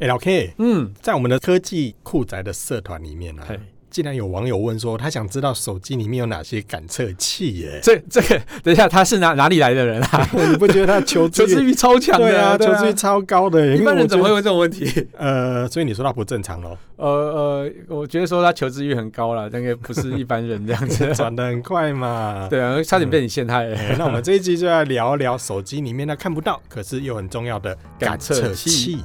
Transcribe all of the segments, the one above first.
LK，嗯，在我们的科技酷宅的社团里面呢、啊嘿，竟然有网友问说，他想知道手机里面有哪些感测器 耶、这这个等一下他是哪哪里来的人啊？你不觉得他 求知 求欲知欲超强对的啊，求求知知欲超高的耶、因一为般我人觉怎得么会问这种问题？呃，所以你说他不正常 咯， 呃呃，我觉得说他求知欲很高了，但也不是一般人这样 子。转的很快 嘛。对啊，差点被你陷害了。哎那我们这一集就来聊聊手机里面那看不到，可是又很重要的感感测测器器。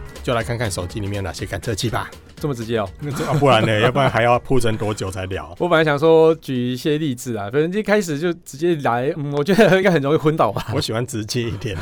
就来看看手机里面有哪些感测器吧。这么直接哦、那这、啊、不然呢？要不然还要铺陈多久才聊？我本来想说举一些例子啊，反正一开始就直接来，嗯，我觉得应该很容易昏倒吧。我喜欢直接一点。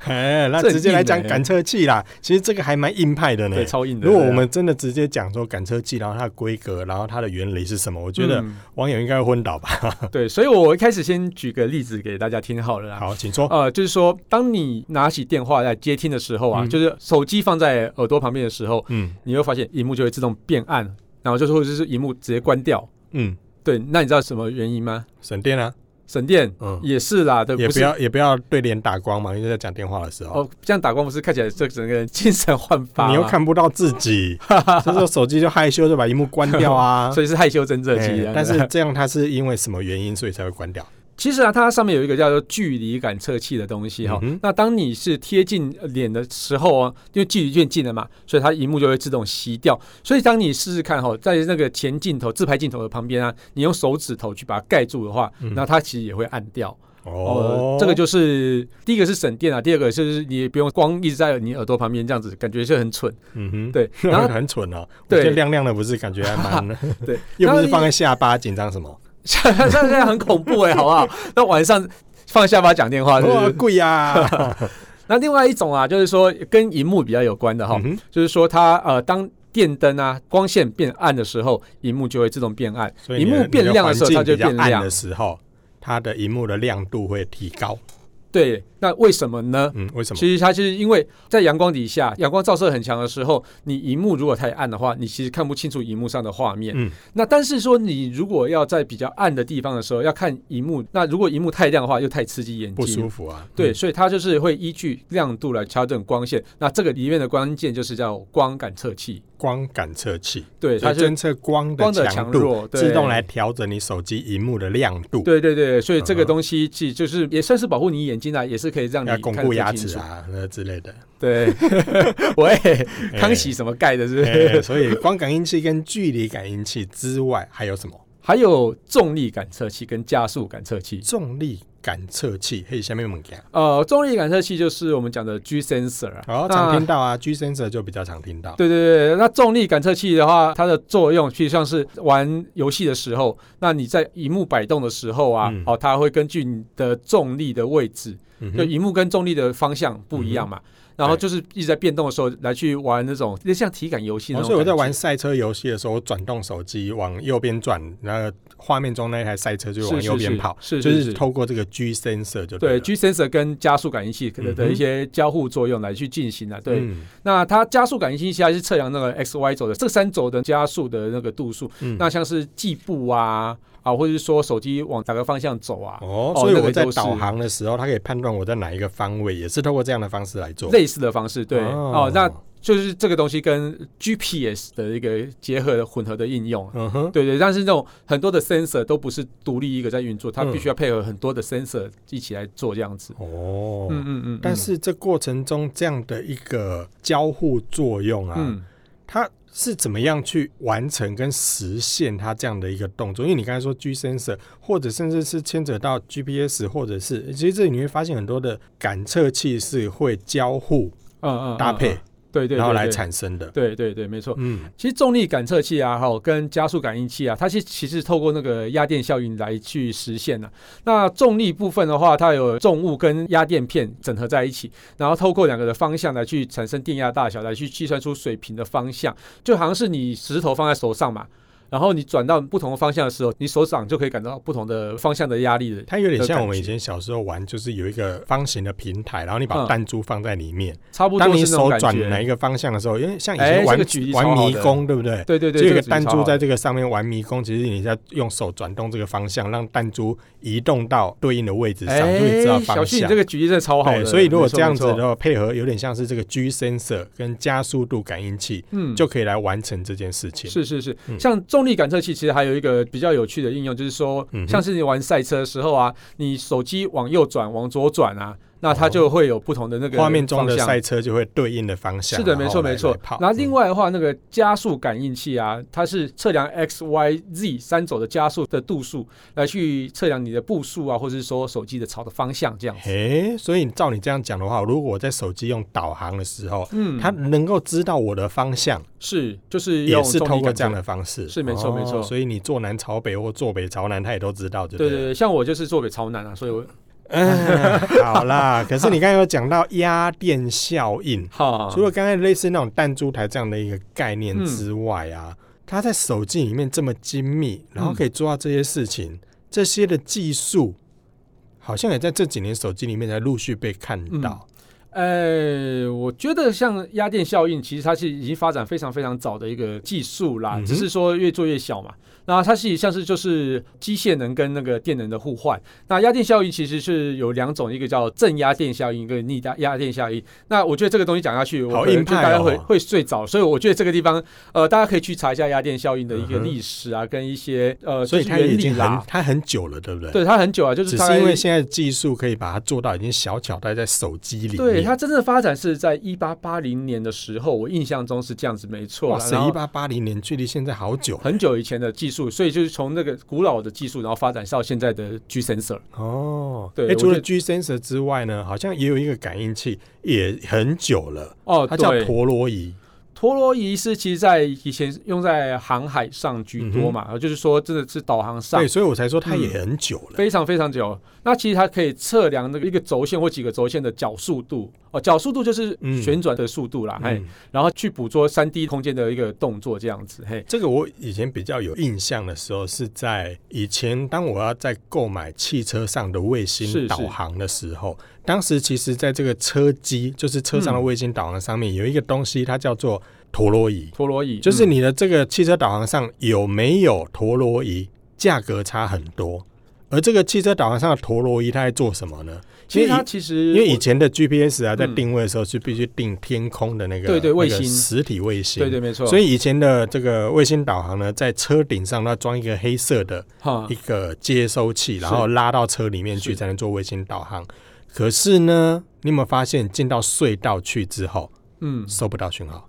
哎，那这很直接来讲硬欸感测器啦。其实这个还蛮硬派的呢对，。 超硬的。如果我对啊们真的直接讲说感测器，然后它的规格，然后它的原理是什么，我觉得嗯网友应该会昏倒吧。 对，所以我一开始先举个例子给大家听好了啦。好，请说。呃，就是说，当你拿起电话在接听的时候啊，嗯就是手机放在耳朵旁边的时候，嗯你会发现荧幕就会自动变暗，然后就是或者是荧幕直接关掉。嗯，对，那你知道什么原因吗？省电啊，省电嗯，也是啦，对，也不呃是要也不要对脸打光嘛，因为在讲电话的时候，哦，这样打光不是看起来这整个人精神焕发吗，啊你又看不到自 己，这时候手机就害羞，就把荧幕关掉啊。所以 是害羞症这啊哎期、但是这样它是因为什么原因，所以才会关掉？其实啊，它上面有一个叫做距离感测器的东西哈、嗯哼那当你是贴近脸的时候啊，因为距离越近了嘛，所以它荧幕就会自动熄掉。所以当你试试看哈、在那个前镜头自拍镜头的旁边啊，你用手指头去把它盖住的话，嗯哦那它其实也会暗掉。呃这个就是第一个是省电啊，第二个就是你也不用光一直在你耳朵旁边这样子，感觉就 很蠢。嗯哼，，对然然后 后很蠢哦，对我觉得亮亮的不是感觉还蛮， 对，又不然后是你放在下巴，紧张什么？像像 现在很恐怖哎、好不好？那晚上放下巴讲电话是不哇，是？哦贵啊呀！ 那另外一种啊，就是说跟荧幕比较有关的哈、嗯哼就是说它呃，当电灯啊光线变暗的时候，荧幕就会自动变暗。所以你荧幕变亮的时候你环它就境比较变亮暗的时候，它的荧幕的亮度会提高。对，那为什么呢？嗯，为什么？其实它就是因为在阳光底下，阳光照射很强的时候，你荧幕如果太暗的话，你其实看不清楚荧幕上的画面。嗯，那但是说你如果要在比较暗的地方的时候要看荧幕，那如果荧幕太亮的话，又太刺激眼睛，不舒服啊。对，嗯，所以它就是会依据亮度来调整光线。那这个里面的关键就是叫光感测器，光感测器，对，所它以是侦测光光的强强度，弱，对自动来。调整你手机荧幕的亮度，对对对，所以这嗯个哼东西其实就是也算是保护你眼睛啊，也是可以让你要巩看得固更牙清齿楚。啊呃之类的。 对， 喂， 哎康熙什么盖的，是不哎是？所以光感应器跟距离感应器之外，还有什么？ 还有重力感测器跟加速感测器。重力感测器，嘿，下面我们讲。呃，重力感测器就是我们讲的 G sensor 啊。哦，那常听到啊，G sensor 就比较常听到。对对对，那重力感测器的话，它的作用其实像是玩游戏的时候，那你在荧幕摆动的时候啊，嗯哦，它会根据你的重力的位置，嗯就哼，嗯荧幕跟重力的方向不一样嘛，然后就是一直在变动的时候来去玩那种，像体感游戏那哦种、所以我在玩。赛车游戏的时候，我转动手机往右边转，然后画面中那台赛车就往右边跑，是是就是是透过这个 G sensor 就对了 G sensor 跟加速感应器的嗯的哼一些交互作用来去进行啊，对，嗯那它加速感应器它是测量那个 x、y 轴的这三轴的加速的那个度数，嗯那像是计步啊啊，或者是说手机往哪个方向走啊，哦，哦所以那个我在都是导航的时候，它可以判断我在哪一个方位，也是透过这样的方式来做。类似的方式，对哦那就是这个东西跟 GPS 的一个结合的混合的应用啊。嗯哼，对对，但是这种很多的 sensor 都不是独立一个在运作，它嗯必须要配合很多的 sensor 一起来做这样子。哦，嗯嗯嗯，但是这过程中这样的一个交互作用啊，嗯，它是怎么样去完成跟实现它这样的一个动作？因为你刚才说 G sensor，或者甚至是牵扯到 GPS，或者是其实这里你会发现很多的感测器是会交互嗯嗯嗯嗯搭配。嗯对对，然后对来对产生的。对对对，没错。嗯，其实重力感测器啊，还有跟加速感应器啊，它是其实透过那个压电效应来去实现的、那重力部分的话，它有重物跟压电片整合在一起，然后透过两个的方向来去产生电压大小，来去计算出水平的方向，就好像是你石头放在手上嘛，然后你转到不同的方向的时候，你手掌就可以感到不同的方向的压力的，它有点的像感我们以觉前小时候玩，就是有一个方形的平台，然后你把嗯弹珠放在里面，差不多当你是手那种感转哪觉。一个方向的时候，因为像以哎前这玩个举例超玩好迷的宫，对不对？对对对，就有这个主题弹超珠好在的这个上面玩迷宫，其实你在用手转动这个方向，让弹珠移动到对应的位置上，就会知道哎，小方旭，你向这。个举例真的超好对，的。所以如果这样子没错的，话，配合有点像是这个 G sensor 跟加速度感应器，没错嗯，就可以来完成这件事情。是是是，嗯像重力感测器其实还有一个比较有趣的应用，就是说，嗯哼像是你玩赛车的时候啊，你手机往右转、往左转啊，那它哦就会有不同的那个画面中的方向赛车就会对应的方向。是的，然后没错来没错来跑。然后另嗯外的话，那个加速感应器啊，它是测量 x、y、z 三轴的加速的度数，来去测量你的步数啊，或者是说手机的朝的方向这样嗯子。诶、所以照你这样讲的话，如果我在手机用导航的时候，嗯，它能够知道我的方向，是就是也用是重力透过感这样测。的方式。哦是没错没错所以你坐南朝北或坐北朝南，它也都知道，对不对对对？对，像我就是坐北朝南啊，所以我嗯， 好 啦。可是你刚才有讲到压电效应，哈，除了刚才类似那种弹珠台这样的一个概念之外嗯啊，它在手机里面这么精密，然后可以做到这些事情，嗯这些的技术，好像也在这几年手机里面才陆续被看嗯到。呃，我觉得像压电效应，其实它是已经发展非常非常早的一个技术啦，嗯哼只是说越做越小嘛。那它是像是就是机械能跟那个电能的互换。那压电效应其实是有两种，一个叫正压电效应，一个逆压压电效应。那我觉得这个东西讲下去，我好可能硬就派大家哦会、会睡着，所以我觉得这个地方呃，大家可以去查一下压电效应的一个嗯哼历史啊，跟一些呃，所以就它是已原理经很啦。它很久了，对不对？对它很久啊，就是只大是概因为现在技术可以把它做到已经小巧待在手机里面。对它真正的发展是在一八八零年的时候，我印象中是这样子，没错哇啦。塞然，后一八八零年距离现在好久很久以前的技术，所以就是从那个古老的技术，然后发展到现在的 G sensor。哦。对诶我除了觉 G 得 sensor 之外呢，好像也有一个感应器，也很久了，哦，它叫对陀螺仪。陀螺仪是其实在以前用在航海上居多嘛，然后就是说真的是导航上嗯对，。所以我才说它嗯也很久了。非常非常久，那其实它可以测量那个一个轴线或几个轴线的角速度哦，角速度就是嗯旋转的速度啦，嘿，嗯然后去捕捉三 D 空间的一个动作这样子，嘿，这个我以前比较有印象的时候，是在以前当我要在购买汽车上的卫是星是导航的时候，当时其实在这个车机，就是车上的嗯卫星导航上面、有一个东西，它叫做陀螺仪，陀螺仪就是嗯你的这个汽车导航上有没有陀螺仪，价格差很多。而这个汽车导航上的陀螺仪，它在做什么呢？其实它因为以其实因为以前的 GPS 啊，在嗯定位的时候是必须定天空的那个对对那个卫星实体卫星，对对没错，所以以以前的这个卫星导航呢，在车顶上它装一个黑色的哈一个接收器，然后拉到车里面去啊是才能做卫星导航。可是呢，你有没有发现进到隧道去之后嗯收不到讯号，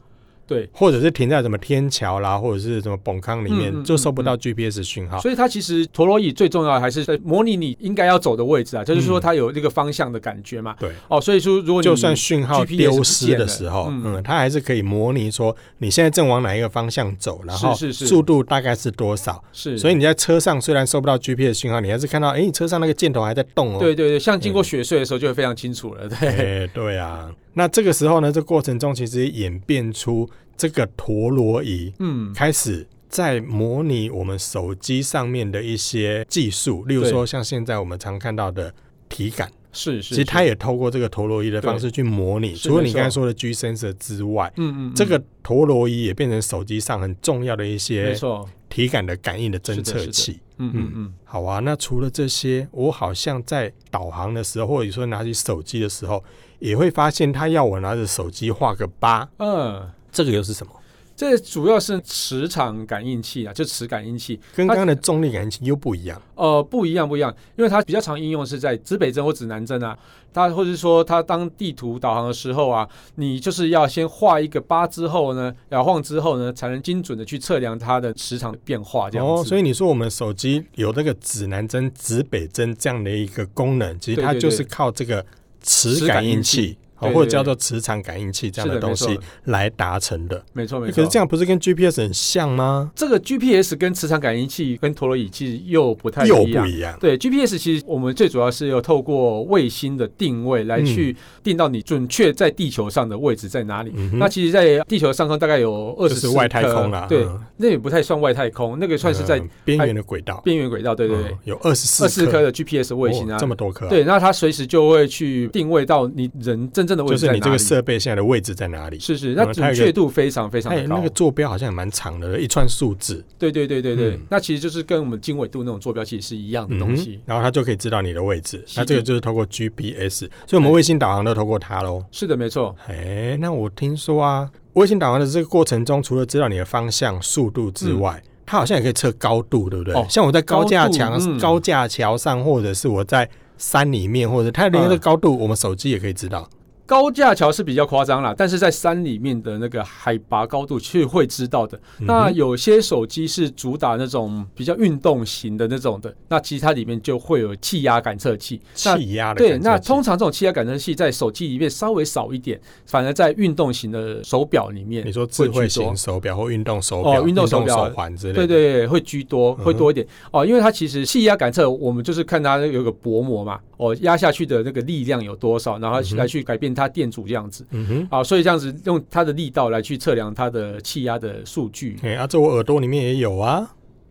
对，或者是停在什么天桥啦，或者是什么崩坑里嗯嗯面嗯就收不到 GPS 讯号？所以它其实陀螺仪最重要的还是在模拟你应该要走的位嗯置啊，就是说它有这个方向的感觉嘛。对，哦，所以说如果你就算讯号 GPS 丢失的时候不，见了嗯嗯，它还是可以模拟说你现在正往哪一个方向走，然后是是是速度大概是多少。是，所以你在车上虽然收不到 GPS 讯号，你还是看到，哎、车上那个箭头还在动哦。对对对，像经过嗯雪隧的时候就会非常清楚了，对，哎、对啊。那这个时候呢，这过程中其实演变出这个陀螺仪 嗯，开始在模拟我们手机上面的一些技术，例如对说像现在我们常看到的体感，是是，其实它是也透过这个陀螺仪的方式去模拟。是除了没你刚才错说的 G sensor 之外，嗯嗯，嗯这个陀螺仪也变成手机上很重要的一没些错，体感的感应的侦是的测是的器。嗯嗯嗯，好啊，那除了这些，我好像在导航的时候，或者说拿起手机的时候，也会发现他要我拿着手机画个八，嗯，这个又是什么？这主要是磁场感应器啊，就磁感应器，跟刚刚的重力感应器又不一样。呃，不一样，不一样，因为它比较常应用是在指北针或指南针啊，它或者是说它当地图导航的时候啊，你就是要先画一个八之后呢，摇晃之后呢，才能精准的去测量它的磁场的变化，这样子。哦，所以你说我们手机有那个指南针、指北针这样的一个功能，其实它对对就对是靠这个磁磁感应器好对或者对叫对做磁场感应器这样是的的东没错西来达成的。没错没可错。是这样不是跟 GPS 很像吗？这个 GPS 跟磁场感应器跟陀螺仪其实又不太又不一样。一样。对 GPS，其实我们最主要是要透过卫星的定位来嗯去定到你准确在地球上的位置在哪里。嗯哼那其实，在地球上空大概有二就十是外太空啦，对，嗯那也不太算外太空，那个算是在嗯边缘的轨道。边缘轨道，对对对嗯，，有二十二十四颗的 GPS 卫星啊这，么多颗啊、对，那它随时就会去定位到你人真正的位就置在是哪你里。这个设备现在的位置在哪里？是是，呃那它有准一个确度非常非常哎的，高。那个坐标好像也蛮长的，一串数字对对对对对，嗯那其实就是跟我们经纬度那种坐标其实是一样的东西嗯哼。然后它就可以知道你的位置。是的那这个就是透过 GPS，所以我们卫星导航都透过它喽。是的，没错。哎，那我听说啊，卫星导航的这个过程中，除了知道你的方向、速度之外，嗯它好像也可以测高度，对不对？哦像我在高架高桥、度嗯高架桥上，或者是我在山里面，或者它连那个嗯高度，我们手机也可以知道。高架桥是比较夸张啦，但是在山里面的那个海拔高度却会知道的。那嗯哼有些手机是主打那种比较运动型的那种的，那其实它里面就会有气压感测器。那气压的对，感那测器通常这种气压感测器在手机里面稍微少一点，反而在运动型的手表里面，你说智慧会居型多手表或运动手表、哦运动手表手环之类对的，对对，会居多，嗯哼会多一点、哦，因为它其实气压感测，我们就是看它有个薄膜嘛，哦，压下去的那个力量有多少，然后嗯哼来去改变它电阻这样子。嗯哼。啊，所以这样子用它的力道来去测量它的气压的数据。哎、啊，这我耳朵里面也有啊！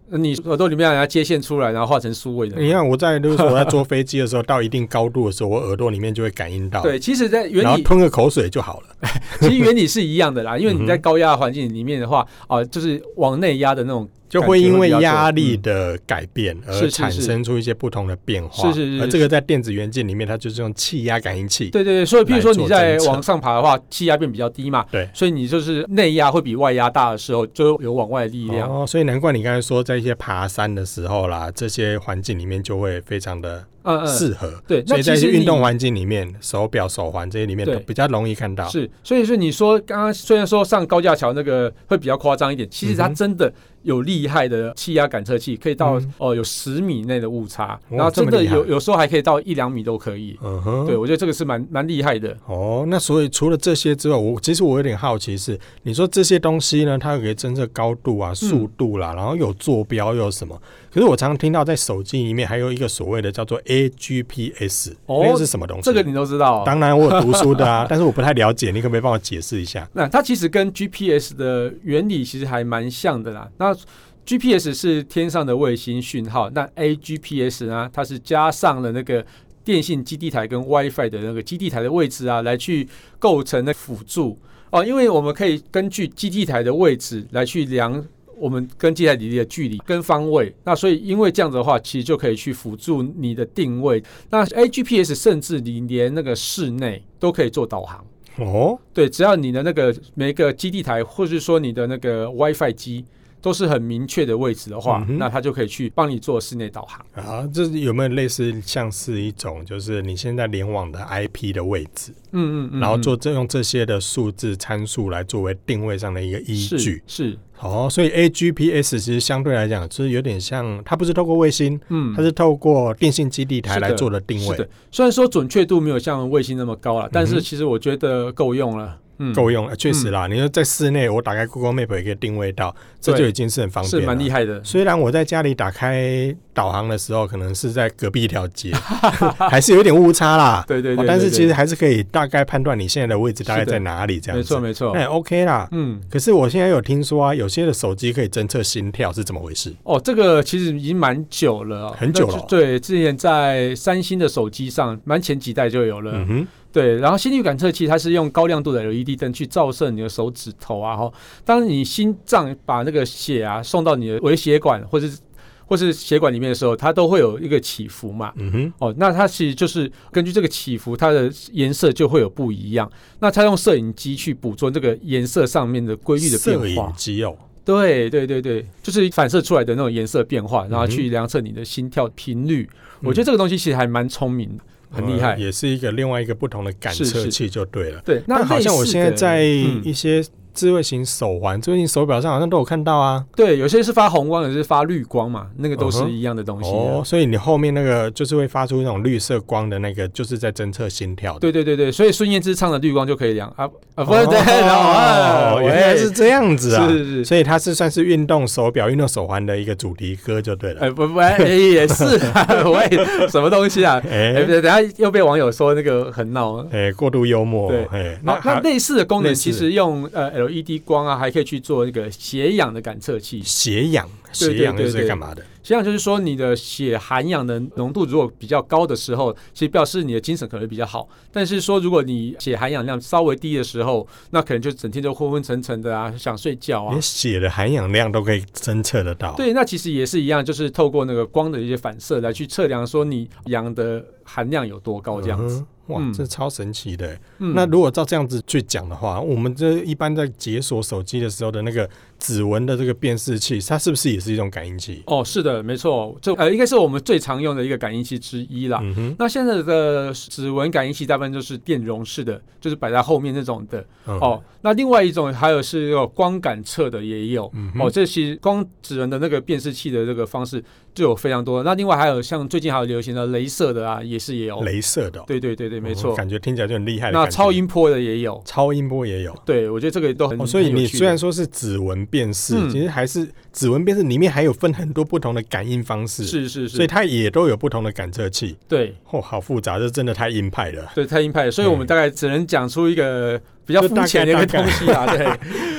那你耳朵里面把它接线出来，然后画成数位的。你看我在，就是我在坐飞机的时候，到一定高度的时候，我耳朵里面就会感应到，，对，其实，在然原后理吞个口水就好了。 其实原理是一样的啦，因为嗯你哼在高压的环境里面的话，啊、就是往内压的那种，就会因为压嗯力的改变是而是产生出一些不同的变化。是是是而这个在电子元件里面，它就是用气压感应器。对对对，所以譬如说你在来做侦测往上爬的话，气压变比较低嘛，对所以你就是内压会比外压大的时候，就有往外的力量。哦，所以难怪你刚才说，在一些爬山的时候啦，这些环境里面就会非常的嗯嗯，适合。对。所那以其在一实些你运动环境里面，手表、手环这些里面对都比较容易看到。是，所以说你说刚刚虽然说上高架桥那个会比较夸张一点，其实它嗯哼真的有厉害的气压感测器，可以到嗯哦、有十米内的误差，哦然后这真么的厉害有有时候还可以到一两米都可以。嗯哼，对，我觉得这个是蛮蛮厉害的。哦，那所以除了这些之外，我其实我有点好奇是，你说这些东西呢，它有可以侦测高度嗯啊、速度啦、然后有坐标又有什么？可是我常常听到在手机里面还有一个所谓的叫做 AGPS，、哦那个是什么东西？这个你都知道、哦。 当然我有读书的啊，但是我不太了解，你可不可以帮我解释一下？那它其实跟 GPS 的原理其实还蛮像的啦。那 GPS 是天上的卫星讯号，那 AGPS 呢，它是加上了那个电信基地台跟 WiFi 的那个基地台的位置啊，来去构成的辅助哦。因为我们可以根据基地台的位置来去量。我们跟基地台离的距离跟方位，那所以因为这样子的话，其实就可以去辅助你的定位。那 AGPS 甚至你连那个室内都可以做导航。哦，对，只要你的那个每个基地台，或是说你的那个 WiFi 机，都是很明确的位置的话嗯，哼那它就可以去帮你做室内导航。啊，这有没有类似像是一种就是你现在联网的 IP 的位置，嗯嗯嗯，然后嗯做这用这些的数字参数来作为定位上的一个依是据？是，哦，所以 AGPS 其实相对来讲，就是有点像，它不是透过卫星，嗯它，是透过电信基地台是的来做的定是位，的。虽然说准确度没有像卫星那么高了，但嗯是哼其实我觉得够用了。嗯，够用。呃确、实啦，你说在室内，我打开 Google Map 也可以定位到，这对就已经是很方便是了。蛮厉害的。虽然我在家里打开导航的时候，可能是在隔壁一条 街，还是有点误差啦。对对哦对，但是对其实还是可以大概判断你现在的位置大概是的在哪里，这对样没子。哎错没错那。也 OK 啦。嗯，可是我现在有听说啊，有些的手机可以侦测心跳，是怎么回事？哦，这个其实已经蛮久了哦，很久了那就对，之前在三星的手机上，蛮前几代就有了。嗯哼，对，然后心率感测器它是用高亮度的 LED 灯去照射你的手指头啊，哈，当你心脏把那个血啊送到你的微血管或是或是血管里面的时候，它都会有一个起伏嘛。嗯哼。哦，那它其实就是根据这个起伏，它的颜色就会有不一样。那它用摄影机去捕捉这个颜色上面的规律的摄变影化，机哦，对对对对，就是反射出来的那种颜色变化，然后嗯去量测你的心跳频率。我觉得这个东西其实还蛮聪明的，很厉害呃。也是一个另外一个不同的感是测是器就对了。对，那但好像类我似现在的在嗯一些智慧型手环、智慧型手表上好像都有看到啊。对，有些是发红光，有些是发绿光嘛，那个都嗯是哼一样的东西啊、哦，所以你后面那个就是会发出那种绿色光的那个，就是在侦测心跳的。对对对对，所以孙燕姿唱的《绿光》就可以量啊啊，哦，不对，然后啊，原来是这样是子啊。是是，所以它是算是运动手表、运动手环的一个主题歌就对了。哎不不哎也是啊，喂，什么东西啊？哎， 哎不对等下又被网友说那个很闹啊。哎，过度幽默对。哎，好，那还类似的功能类似其实用呃 LED 光啊，还可以去做那个血氧的感测器。血氧，对对血氧又对是对干嘛的？血氧就是说你的血含氧的浓度如果比较高的时候，其实表示你的精神可能会比较好。但是说如果你血含氧量稍微低的时候，那可能就整天就昏昏沉沉的啊， 想睡觉啊连。血的含氧量都可以侦测得到。对，那其实也是一样，就是透过那个光的一些反射来去测量说你氧的含量有多高这样子。嗯哼哇，嗯这超神奇的。嗯，那如果照这样子去讲的话，我们这一般在解锁手机的时候的那个指纹的这个辨识器，它是不是也是一种感应器？哦，是的，没错，这呃应该是我们最常用的一个感应器之一啦。嗯哼，那现在的指纹感应器大部分就是电容式的，就是摆在后面那种的、嗯，哦。那另外一种还有是有光感测的也有、嗯哦，哼，这些光指纹的那个辨识器的这个方式就有非常多。那另外还有像最近还有流行的镭射的啊，也是也有。镭射的哦，对对对对，没哦错。感觉听起来就很厉害的那感觉。超音波的也有，超音波也有。对我觉得这个都很。哦，所以很有你趣虽然的说是指纹辨识，嗯其实还是指纹辨识里面还有分很多不同的感应方式，是是所以是，它也都有不同的感测器。对哦，好复杂，这真的太硬派了。对，太硬派了，所以我们嗯大概只能讲出一个比较就肤大概浅的一个大东概西啊，对。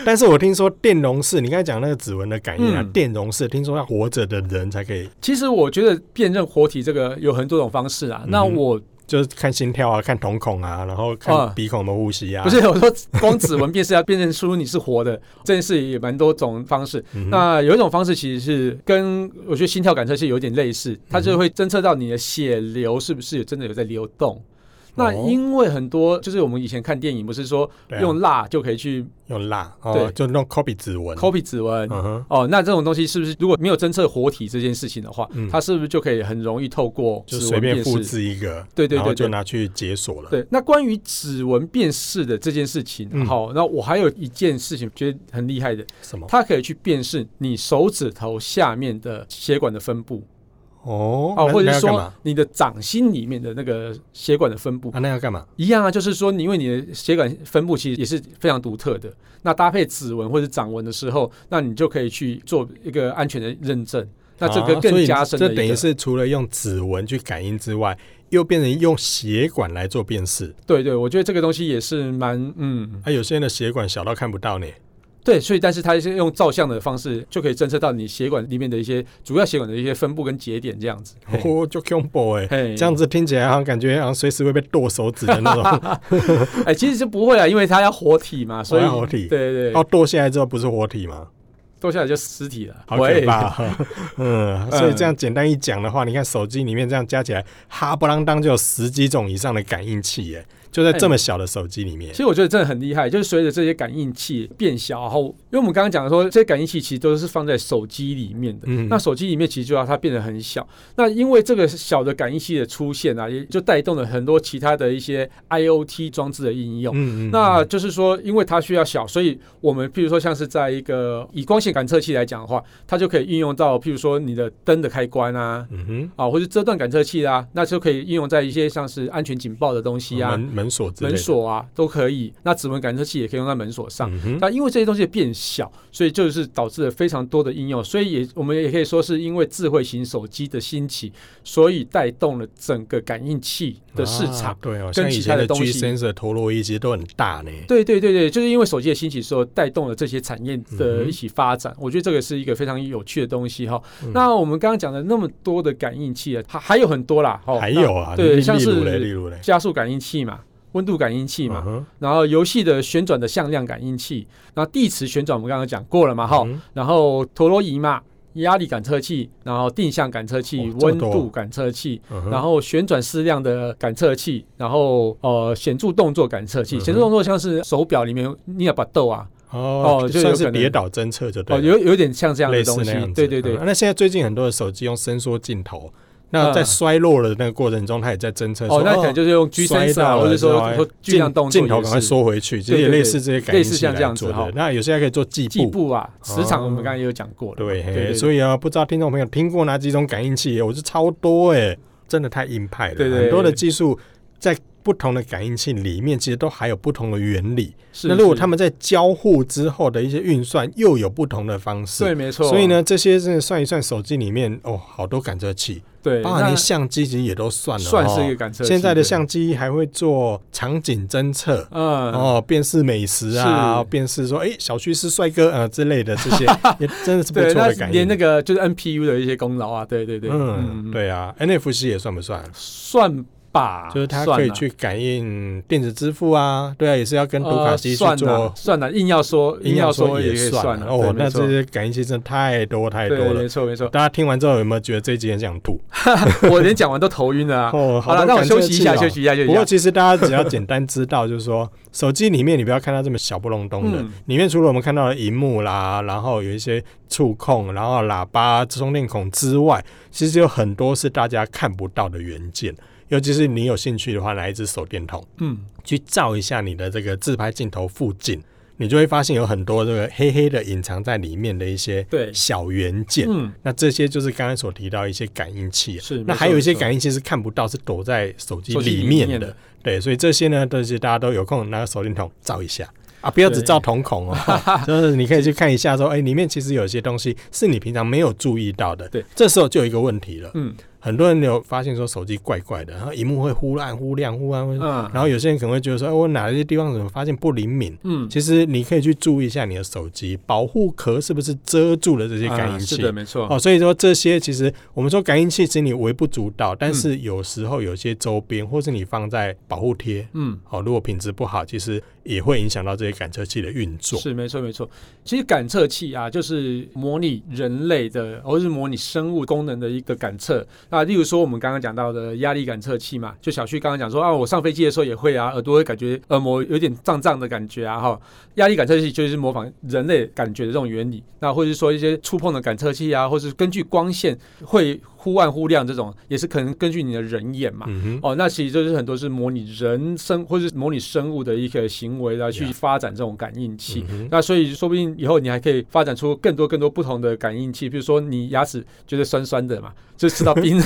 但是我听说电容式，你刚才讲那个指纹的感应啊，嗯电容式听说要活着的人才可以，其实我觉得辨认活体这个有很多种方式啊。嗯哼那我就是看心跳啊，看瞳孔啊，然后看啊鼻孔的呼吸啊。不是我说光指纹辨识要辨认出你是活的，这件事也蛮多种方式。嗯哼，那有一种方式其实是跟我觉得心跳感测器有点类似，它就会侦测到你的血流是不是真的有在流动。那哦因为很多就是我们以前看电影，不是说对啊用蜡就可以去用蜡哦对，就弄 copy 指纹。 copy 指纹，嗯哼，哦，那这种东西是不是如果没有侦测活体这件事情的话，嗯它是不是就可以很容易透过就指随纹便辨复识？制一个，对对然后对就对。拿去解锁了。对，那关于指纹辨识的这件事情，嗯好、那我还有一件事情觉得很厉害的，什么？它可以去辨识你手指头下面的血管的分布，哦，哦，那或者那是要干说嘛？你的掌心里面的那个血管的分布。啊，那要干嘛？一样啊，就是说，你因为你的血管分布其实也是非常独特的，那搭配指纹或者掌纹的时候，那你就可以去做一个安全的认证。那这个啊所更以加深的这一个，等于是除了用指纹去感应之外，又变成用血管来做辨识。对对，我觉得这个东西也是蛮嗯，啊，有些人的血管小到看不到呢。对，所以但是它是用照相的方式就可以侦测到你血管里面的一些主要血管的一些分布跟节点这样子。嘿哦，就 combo 哎，嘿，这样子，子听起来好像感觉好像随时会被剁手指的那种。哎，其实就不会啦，因为它要活体嘛， 所以要活体对对哦，对，剁下来之后不是活体吗？剁下来就尸体了，好喂可怕哦、 嗯，所以这样简单一讲的话，你看手机里面这样加起来，哈不啷当就有十几种以上的感应器耶，就在这么小的手机里面 其。实我觉得真的很厉害，就是随着这些感应器变小，然后因为我们刚刚讲说，这些感应器其实都是放在手机里面的。嗯那手机里面其实就要它变得很小，那因为这个小的感应器的出现啊，也就带动了很多其他的一些 IOT 装置的应用。嗯那就是说，因为它需要小，所以我们譬如说像是在一个以光线感测器来讲的话，它就可以运用到譬如说你的灯的开关啊，嗯哼，啊或者遮断感测器啊，那就可以应用在一些像是安全警报的东西啊，门门锁之类门的，锁啊都可以，那指纹感测器也可以用在门锁上。嗯哼，那因为这些东西变小，所以就是导致了非常多的应用，所以也我们也可以说是因为智慧型手机的兴起，所以带动了整个感应器的市场。啊对哦，跟像以其他前的的东 G 西 sensor 陀螺仪其实都很大呢。对对对对，就是因为手机的兴起之后，带动了这些产业的嗯哼一起发展。我觉得这个是一个非常有趣的东西哈。嗯那我们刚刚讲的那么多的感应器啊，还还有很多啦。哦还有啊，那对，例像例如嘞，例是如嘞，加速感应器嘛，温度感应器嘛嗯，哼然后游戏的旋转的向量感应器，然后地磁旋转我们刚刚讲过了嘛哈，嗯然后陀螺仪嘛，压力感测器，然后定向感测器哦，这温么多度感测器。嗯哼然后旋转矢量的感测器，然后呃显著动作感测器，嗯哼显著动作像是手表里面你也把豆啊，哦哦，就有算可是能跌倒侦测就对哦了，有有点像这样的类似东西那样，子。对对对嗯，那现在最近很多的手机用伸缩镜头。那在嗯衰落的那个过程中，它也在侦测说，哦，那可能就是用居摔身到啊，或了者然说后说巨量动作哎镜头也赶快是缩回去，其实也对对类似这些感类应似器像来这样做子哈的。那有些还可以做计计步。步啊，时长我们哦刚才也有讲过的嘛，对，嘿对所以啊，不知道听众朋友听过哪几种感应器？我是超多哎、真的太硬派了。对对很多的技术在不同的感应器里面，其实都还有不同的原理。是那如果是他们在交互之后的一些运算，又有不同的方式。对，啊没错，所以，呢，这些真的算一算，手机里面哦，好多感测器，对，包含那连相机其实也都算了、哦，算是一个感测器。现在的对，相机还会做场景侦测。嗯，哦，辨识美食啊，是辨识说，哎、小区是帅哥呃之类的，这 些也真的是不对，错那的感应。连那个就是 NPU 的一些功劳啊，对对对，嗯，，对啊，NFC 也算不算？啊算吧，就是它啊算可以啦去感应电子支付啊，对啊，也是要跟读卡机去呃算了做。算了，硬要说硬要要说也也可以算了啊哦，那这些是感应器真的太多太多对，了没。错没错，大家听完之后有没有觉得这一集很想吐？我连讲完都头晕了 啊。哦，好多了，那我感受休息一下，器哦休息一下，休息不一过下。其实大家只要简单知道，就是说手机里面你不要看它这么小不隆咚的，嗯里面除了我们看到的荧幕啦，然后有一些触控，然后喇叭、充电孔之外，其实有很多是大家看不到的元件。尤其是你有兴趣的话，拿一支手电筒嗯，去照一下你的这个自拍镜头附近，你就会发现有很多这个黑黑的隐藏在里面的一些对，小元件。嗯，那这些就是刚刚所提到一些感应器啊，是。那没错还有一些没错感应器是看不到，是躲在手机手机里面的。，对，所以这些呢，都是大家都有空拿个手电筒照一下啊，不要只照瞳 孔哦，就是你可以去看一下说，哎、里面其实有些东西是你平常没有注意到的。对，这时候就有一个问题了，嗯很多人有发现说手机怪怪的，然后荧幕会忽暗忽亮忽暗忽亮，嗯，然后有些人可能会觉得说，哎、我哪些地方怎么发现不灵敏？嗯，其实你可以去注意一下你的手机保护壳是不是遮住了这些感应啊器。是的，没错。哦，所以说这些其实我们说感应器其实你微不足道，嗯但是有时候有些周边或是你放在保护贴，嗯，哦，如果品质不好，其实也会影响到这些感测器的运作。是没错没错。其实感测器啊，就是模拟人类的，或是模拟生物功能的一个感测啊。例如说我们刚刚讲到的压力感测器嘛，就小旭刚刚讲说啊，我上飞机的时候也会啊，耳朵会感觉耳膜有点胀胀的感觉啊，哈。压力感测器就是模仿人类感觉的这种原理，那或者是说一些触碰的感测器啊，或是根据光线会忽暗忽亮这种，也是可能根据你的人眼嘛。嗯哼，哦，那其实就是很多是模拟人生或是模拟生物的一个行为来去 Yeah 发展这种感应器。嗯哼那所以说不定以后你还可以发展出更多更多不同的感应器，比如说你牙齿觉得酸酸的嘛，就吃到冰 的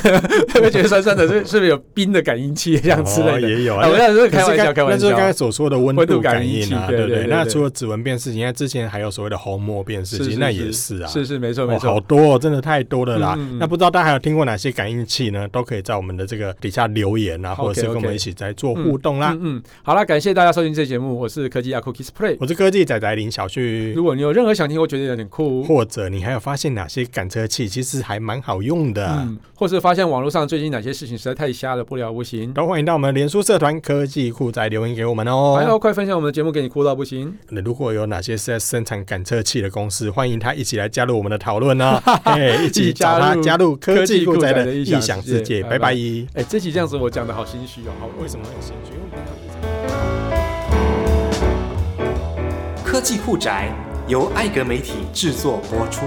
会觉得酸酸的，是是不是有冰的感应器 这样之哦类的？也有啊，啊。我那想这是可开是玩笑，刚开玩那就是笑刚。才所说的温温度度感感应应啊，器对对不对对那对除了指纹辨识，你看之前还有所谓的虹膜辨识是器，是那是也是啊，是是没错没哦，好错，多、哦，真的太多了啦。嗯那不知道大家还有听过哪些感应器呢？都可以在我们的这个底下留言啊， OK，或者是跟我 OK 们一起在做互动啦。嗯嗯，好啦，感谢大家收听这节目，我是科技亚 Cookies Play。我是科技仔仔林小旭，如果你有任何想听或觉得有点酷，或者你还有发现哪些感测器其实还蛮好用的，嗯，或是发现网络上最近哪些事情实在太瞎了，不了不行。都欢迎到我们脸书社团科技酷仔留言给我们还哦。要快分享我们的节目给你哭到不行。如果有哪些是在生产感测器的公司，欢迎他一起来加入我们的讨论 啊，嘿一起找他加加入科技酷仔科技酷仔的的异异想想世世界界。拜拜拜拜。哎、这期这样子我讲的好心虚哦，好为什么很兴趣？因为我们刚刚在科技酷宅由艾格媒体制作播出。